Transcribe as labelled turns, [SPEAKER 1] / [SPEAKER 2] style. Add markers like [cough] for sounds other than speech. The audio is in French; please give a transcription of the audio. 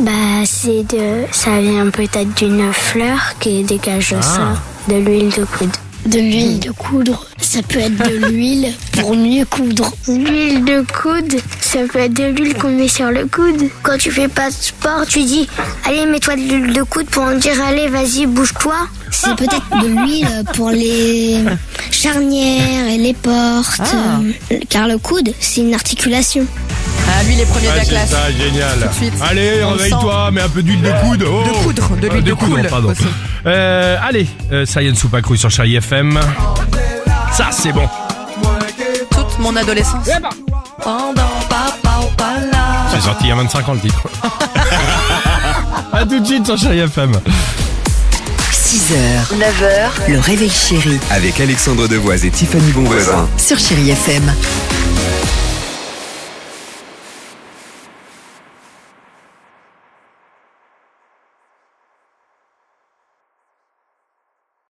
[SPEAKER 1] bah, c'est de, ça vient peut-être d'une fleur qui dégage ça, de l'huile de coude. De l'huile de coudre, ça peut être de l'huile pour mieux coudre. L'huile de coude, ça peut être de l'huile qu'on met sur le coude. Quand tu fais pas de sport, tu dis allez mets-toi de l'huile de coude pour en dire allez vas-y bouge-toi. C'est peut-être de l'huile pour les charnières et les portes, Euh, car le coude c'est une articulation.
[SPEAKER 2] Ah, lui les premiers de la classe.
[SPEAKER 3] génial.
[SPEAKER 2] Tout de suite.
[SPEAKER 3] Allez,
[SPEAKER 2] On le
[SPEAKER 3] réveille-toi, mets un peu d'huile de coude. Oh.
[SPEAKER 2] De coudre, de
[SPEAKER 3] Ah,
[SPEAKER 2] l'huile de
[SPEAKER 3] coudre,
[SPEAKER 2] coude
[SPEAKER 3] pardon.
[SPEAKER 2] aussi.
[SPEAKER 3] Euh, allez, euh, Sayan Soupacrou sur Chéri FM. Ça, c'est bon.
[SPEAKER 2] Toute mon adolescence.
[SPEAKER 3] Eh ben.
[SPEAKER 2] Pendant papa au palais.
[SPEAKER 3] C'est sorti il y a 25 ans le [laughs] titre. à tout de suite sur Chéri FM.
[SPEAKER 4] 6h, 9h, le réveil chéri
[SPEAKER 5] Avec Alexandre Devoise et Tiffany Bonvoisin.
[SPEAKER 4] sur Chérie FM.